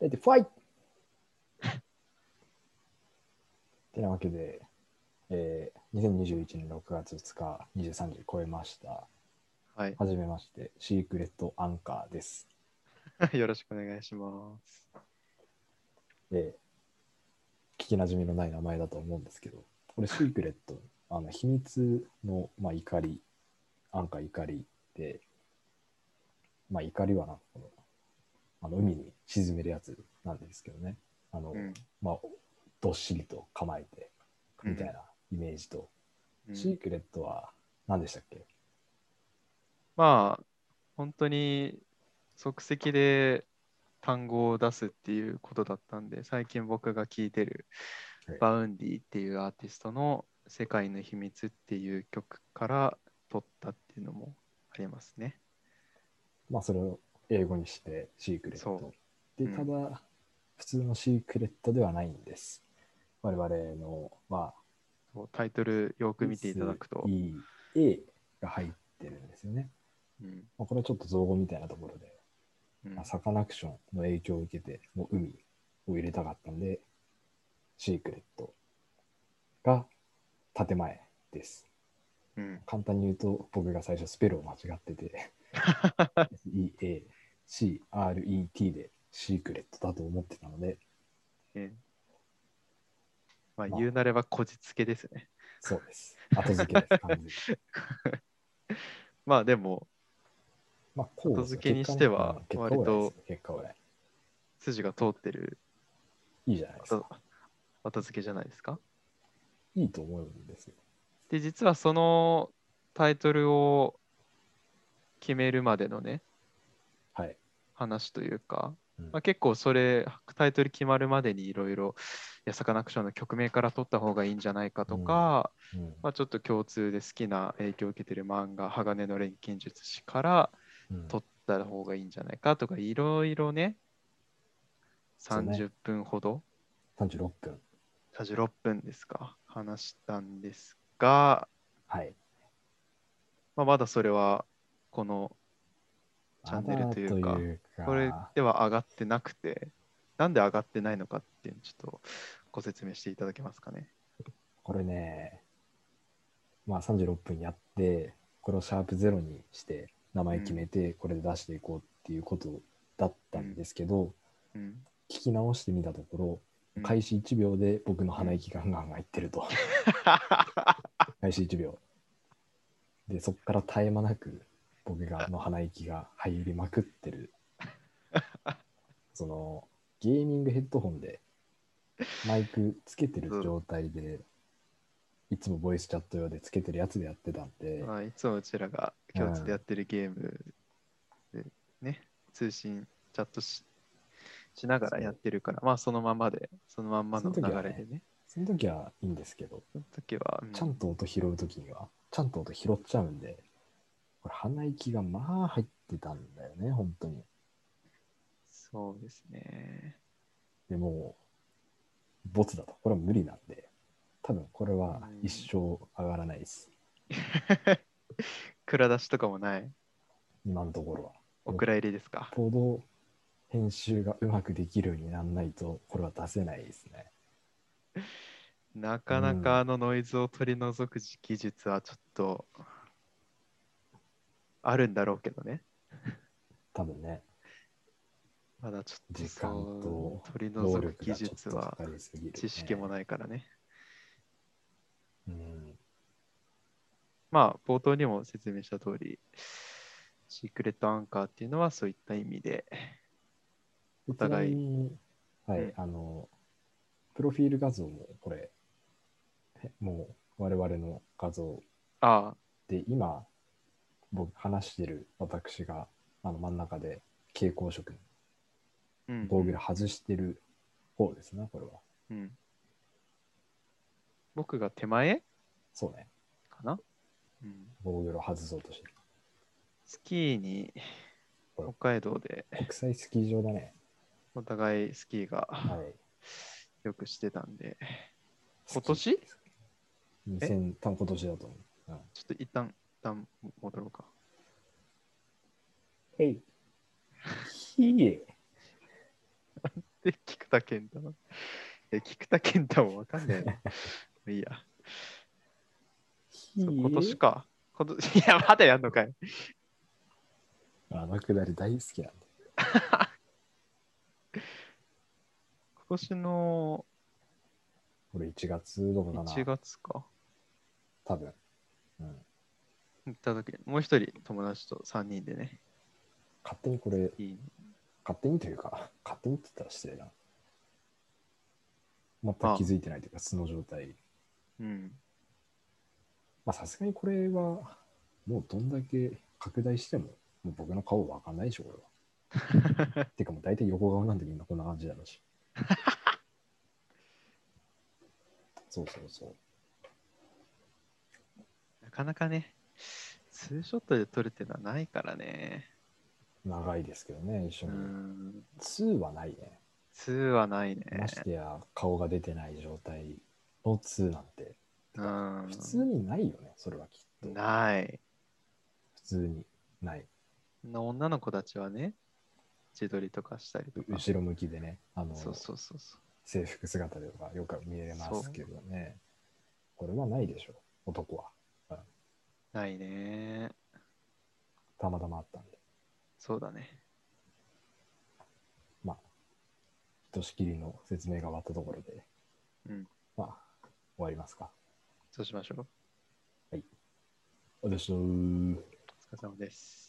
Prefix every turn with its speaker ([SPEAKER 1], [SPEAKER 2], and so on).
[SPEAKER 1] えて、ファイてなわけで、えー、2021年6月2日23時超えました。
[SPEAKER 2] はい。
[SPEAKER 1] はじめまして、シークレットアンカーです。
[SPEAKER 2] よろしくお願いします。
[SPEAKER 1] えー聞きなじみのない名前だと思うんですけど、これシークレット、 あの秘密の、まあ、怒り、アンカー怒りで、まあ、怒りはなんかこのあの海に沈めるやつなんですけどね、あの
[SPEAKER 2] うん。
[SPEAKER 1] まあ、どっしりと構えてみたいなイメージと、
[SPEAKER 2] うん
[SPEAKER 1] シークレットは何でしたっけ
[SPEAKER 2] まあ、本当に即席で単語を出すっていうことだったんで、最近僕が聴いてる
[SPEAKER 1] はい
[SPEAKER 2] バウンディっていうアーティストの「世界の秘密」っていう曲から取ったっていうのもありますね。
[SPEAKER 1] まあ、それを英語にしてシークレット
[SPEAKER 2] そ。
[SPEAKER 1] で、
[SPEAKER 2] うん
[SPEAKER 1] ただ、普通のシークレットではないんです。我々の、まあ、
[SPEAKER 2] そうタイトルよく見ていただくと、
[SPEAKER 1] EA が入ってるんですよね。
[SPEAKER 2] うん
[SPEAKER 1] まあ、これはちょっと造語みたいなところで、
[SPEAKER 2] うん
[SPEAKER 1] まあ、サカナクションの影響を受けて、もう海を入れたかったんで、シークレットが建前です。
[SPEAKER 2] うん
[SPEAKER 1] 簡単に言うと、僕が最初スペルを間違ってて、EACRET でシークレットだと思ってたので、
[SPEAKER 2] ええまあ、
[SPEAKER 1] まあ
[SPEAKER 2] 言うなればこじつけですね。
[SPEAKER 1] そうです。後付けです、完全に。
[SPEAKER 2] まあでも
[SPEAKER 1] まあ、こうですよ
[SPEAKER 2] 後付けにしては
[SPEAKER 1] 結果オーライですよ結果オーライ
[SPEAKER 2] 筋が通ってる
[SPEAKER 1] いいじゃないですか。
[SPEAKER 2] 後後付けじゃないですか。
[SPEAKER 1] いいと思うんですよ。
[SPEAKER 2] で実はそのタイトルを決めるまでのね
[SPEAKER 1] はい。
[SPEAKER 2] 話というか、
[SPEAKER 1] うん
[SPEAKER 2] まあ、結構それタイトル決まるまでにいろいろ「いやサカナクション」の曲名から取った方がいいんじゃないかとか、
[SPEAKER 1] うん
[SPEAKER 2] まあ、ちょっと共通で好きな影響を受けてる漫画「鋼の錬金術師」から
[SPEAKER 1] うん
[SPEAKER 2] 取った方がいいんじゃないかとかいろいろね
[SPEAKER 1] そうね
[SPEAKER 2] 30分ほど
[SPEAKER 1] 36分。
[SPEAKER 2] 36分ですか話したんですが、
[SPEAKER 1] はい。
[SPEAKER 2] まあ、まだそれはこのチャンネルというか
[SPEAKER 1] まだいうか
[SPEAKER 2] これでは上がってなくて、なんで上がってないのかっていうのをちょっとご説明していただけますかね。
[SPEAKER 1] これね、まあ36分やって、これをシャープゼロにして、名前決めて、これで出していこうっていうことだったんですけど、
[SPEAKER 2] うん。
[SPEAKER 1] 聞き直してみたところ、
[SPEAKER 2] うん
[SPEAKER 1] 開始1秒で僕の鼻息がガンガン入ってると。開始1秒。で、そこから絶え間なく僕がの鼻息が入りまくって る。そのゲーミングヘッドホンでマイクつけてる状態で、いつもボイスチャット用でつけてるやつでやってたんで、
[SPEAKER 2] まあ、いつもうちらが共通でやってるゲームでね、通信、チャットししながらやってるから、まあそのままで、そのまんまの流れでね。
[SPEAKER 1] その時はいいんですけど、
[SPEAKER 2] その時は、うん
[SPEAKER 1] ちゃんと音拾う時には、ちゃんと音拾っちゃうんで、これ鼻息がまあ入ってたんだよね、本当に。
[SPEAKER 2] そうですね。
[SPEAKER 1] でもう、ボツだと、これは無理なんで、多分これは一生上がらないです、
[SPEAKER 2] 蔵出しとかもない、
[SPEAKER 1] 今のところは。
[SPEAKER 2] お蔵入りですか。
[SPEAKER 1] ちょうど編集がうまくできるようにならないと、これは出せないですね。
[SPEAKER 2] なかなかあのノイズを取り除く技術はちょっとあるんだろうけどね。
[SPEAKER 1] 多分ね、
[SPEAKER 2] まだちょっと
[SPEAKER 1] 時間と
[SPEAKER 2] そう取り
[SPEAKER 1] 能
[SPEAKER 2] 除く
[SPEAKER 1] 力が
[SPEAKER 2] 技
[SPEAKER 1] ちょっ
[SPEAKER 2] 術
[SPEAKER 1] とか
[SPEAKER 2] は
[SPEAKER 1] かりすぎる、
[SPEAKER 2] 知識も
[SPEAKER 1] い。
[SPEAKER 2] ないからね。
[SPEAKER 1] うん、
[SPEAKER 2] まあ冒頭にも説明した通り、シークレットアンカーっていうのはそういった意味で、
[SPEAKER 1] お
[SPEAKER 2] 互い
[SPEAKER 1] に、はい、
[SPEAKER 2] うん
[SPEAKER 1] あの、プロフィール画像もこれ、えもう我々の画像
[SPEAKER 2] ああ、
[SPEAKER 1] で今僕話してる私があの真ん中で蛍光色の
[SPEAKER 2] うん。
[SPEAKER 1] ゴーグル外してる方ですね、これは。
[SPEAKER 2] うん、僕が手前
[SPEAKER 1] そうね、
[SPEAKER 2] かな、うん、
[SPEAKER 1] ゴーグルを外そうとしてる。
[SPEAKER 2] スキーに北海道で
[SPEAKER 1] 国際スキー場だね。
[SPEAKER 2] お互いスキーが
[SPEAKER 1] はい。
[SPEAKER 2] よくしてたんで、今年
[SPEAKER 1] ?2000、多分今年だと思う。うん、
[SPEAKER 2] ちょっと一旦、一旦戻ろうか。
[SPEAKER 1] へい。ひえ。
[SPEAKER 2] で菊田健太の。いや、菊田健太もわかんな いな。いいや。そう今年か。今年い や、まだやんのかい。
[SPEAKER 1] あのくだり大好きなんだ。
[SPEAKER 2] 今年の
[SPEAKER 1] 俺1月どこだな
[SPEAKER 2] 1月か。
[SPEAKER 1] 多分。うん。
[SPEAKER 2] 行った時もう一人友達と3人でね。
[SPEAKER 1] 勝手にこれ、
[SPEAKER 2] いいね
[SPEAKER 1] 勝手にというか、勝手にって言ったら失礼な。全く気づいてないというか、素の状態。
[SPEAKER 2] うん。
[SPEAKER 1] まあさすがにこれは、もうどんだけ拡大しても、もう僕の顔わかんないでしょ、これ は。てかもう大体横顔なんてみんなこんな感じだろうし。そうそうそう。
[SPEAKER 2] なかなかね、ツーショットで撮るってのはないからね。
[SPEAKER 1] 長いですけどね、一緒
[SPEAKER 2] う
[SPEAKER 1] に。
[SPEAKER 2] ん。
[SPEAKER 1] 2はないね。
[SPEAKER 2] ツーはないね。
[SPEAKER 1] ましてや、顔が出てない状態の2なんて、
[SPEAKER 2] うん。
[SPEAKER 1] 普通にないよね、それはきっと。
[SPEAKER 2] ない。
[SPEAKER 1] 普通にない。
[SPEAKER 2] の女の子たちはね、自撮りとかしたりと
[SPEAKER 1] う
[SPEAKER 2] か。
[SPEAKER 1] 後ろ向きでね、あの
[SPEAKER 2] そうそうそうそう。
[SPEAKER 1] 制服姿でとかよく見れますけどね。これはないでしょ、男は。
[SPEAKER 2] ないね。
[SPEAKER 1] たまたまあったんで。
[SPEAKER 2] そうだね。
[SPEAKER 1] まあ、ひとしきりの説明が終わったところで、
[SPEAKER 2] うん。
[SPEAKER 1] まあ、終わりますか。
[SPEAKER 2] そうしましょう。
[SPEAKER 1] 私の
[SPEAKER 2] お疲れ様です。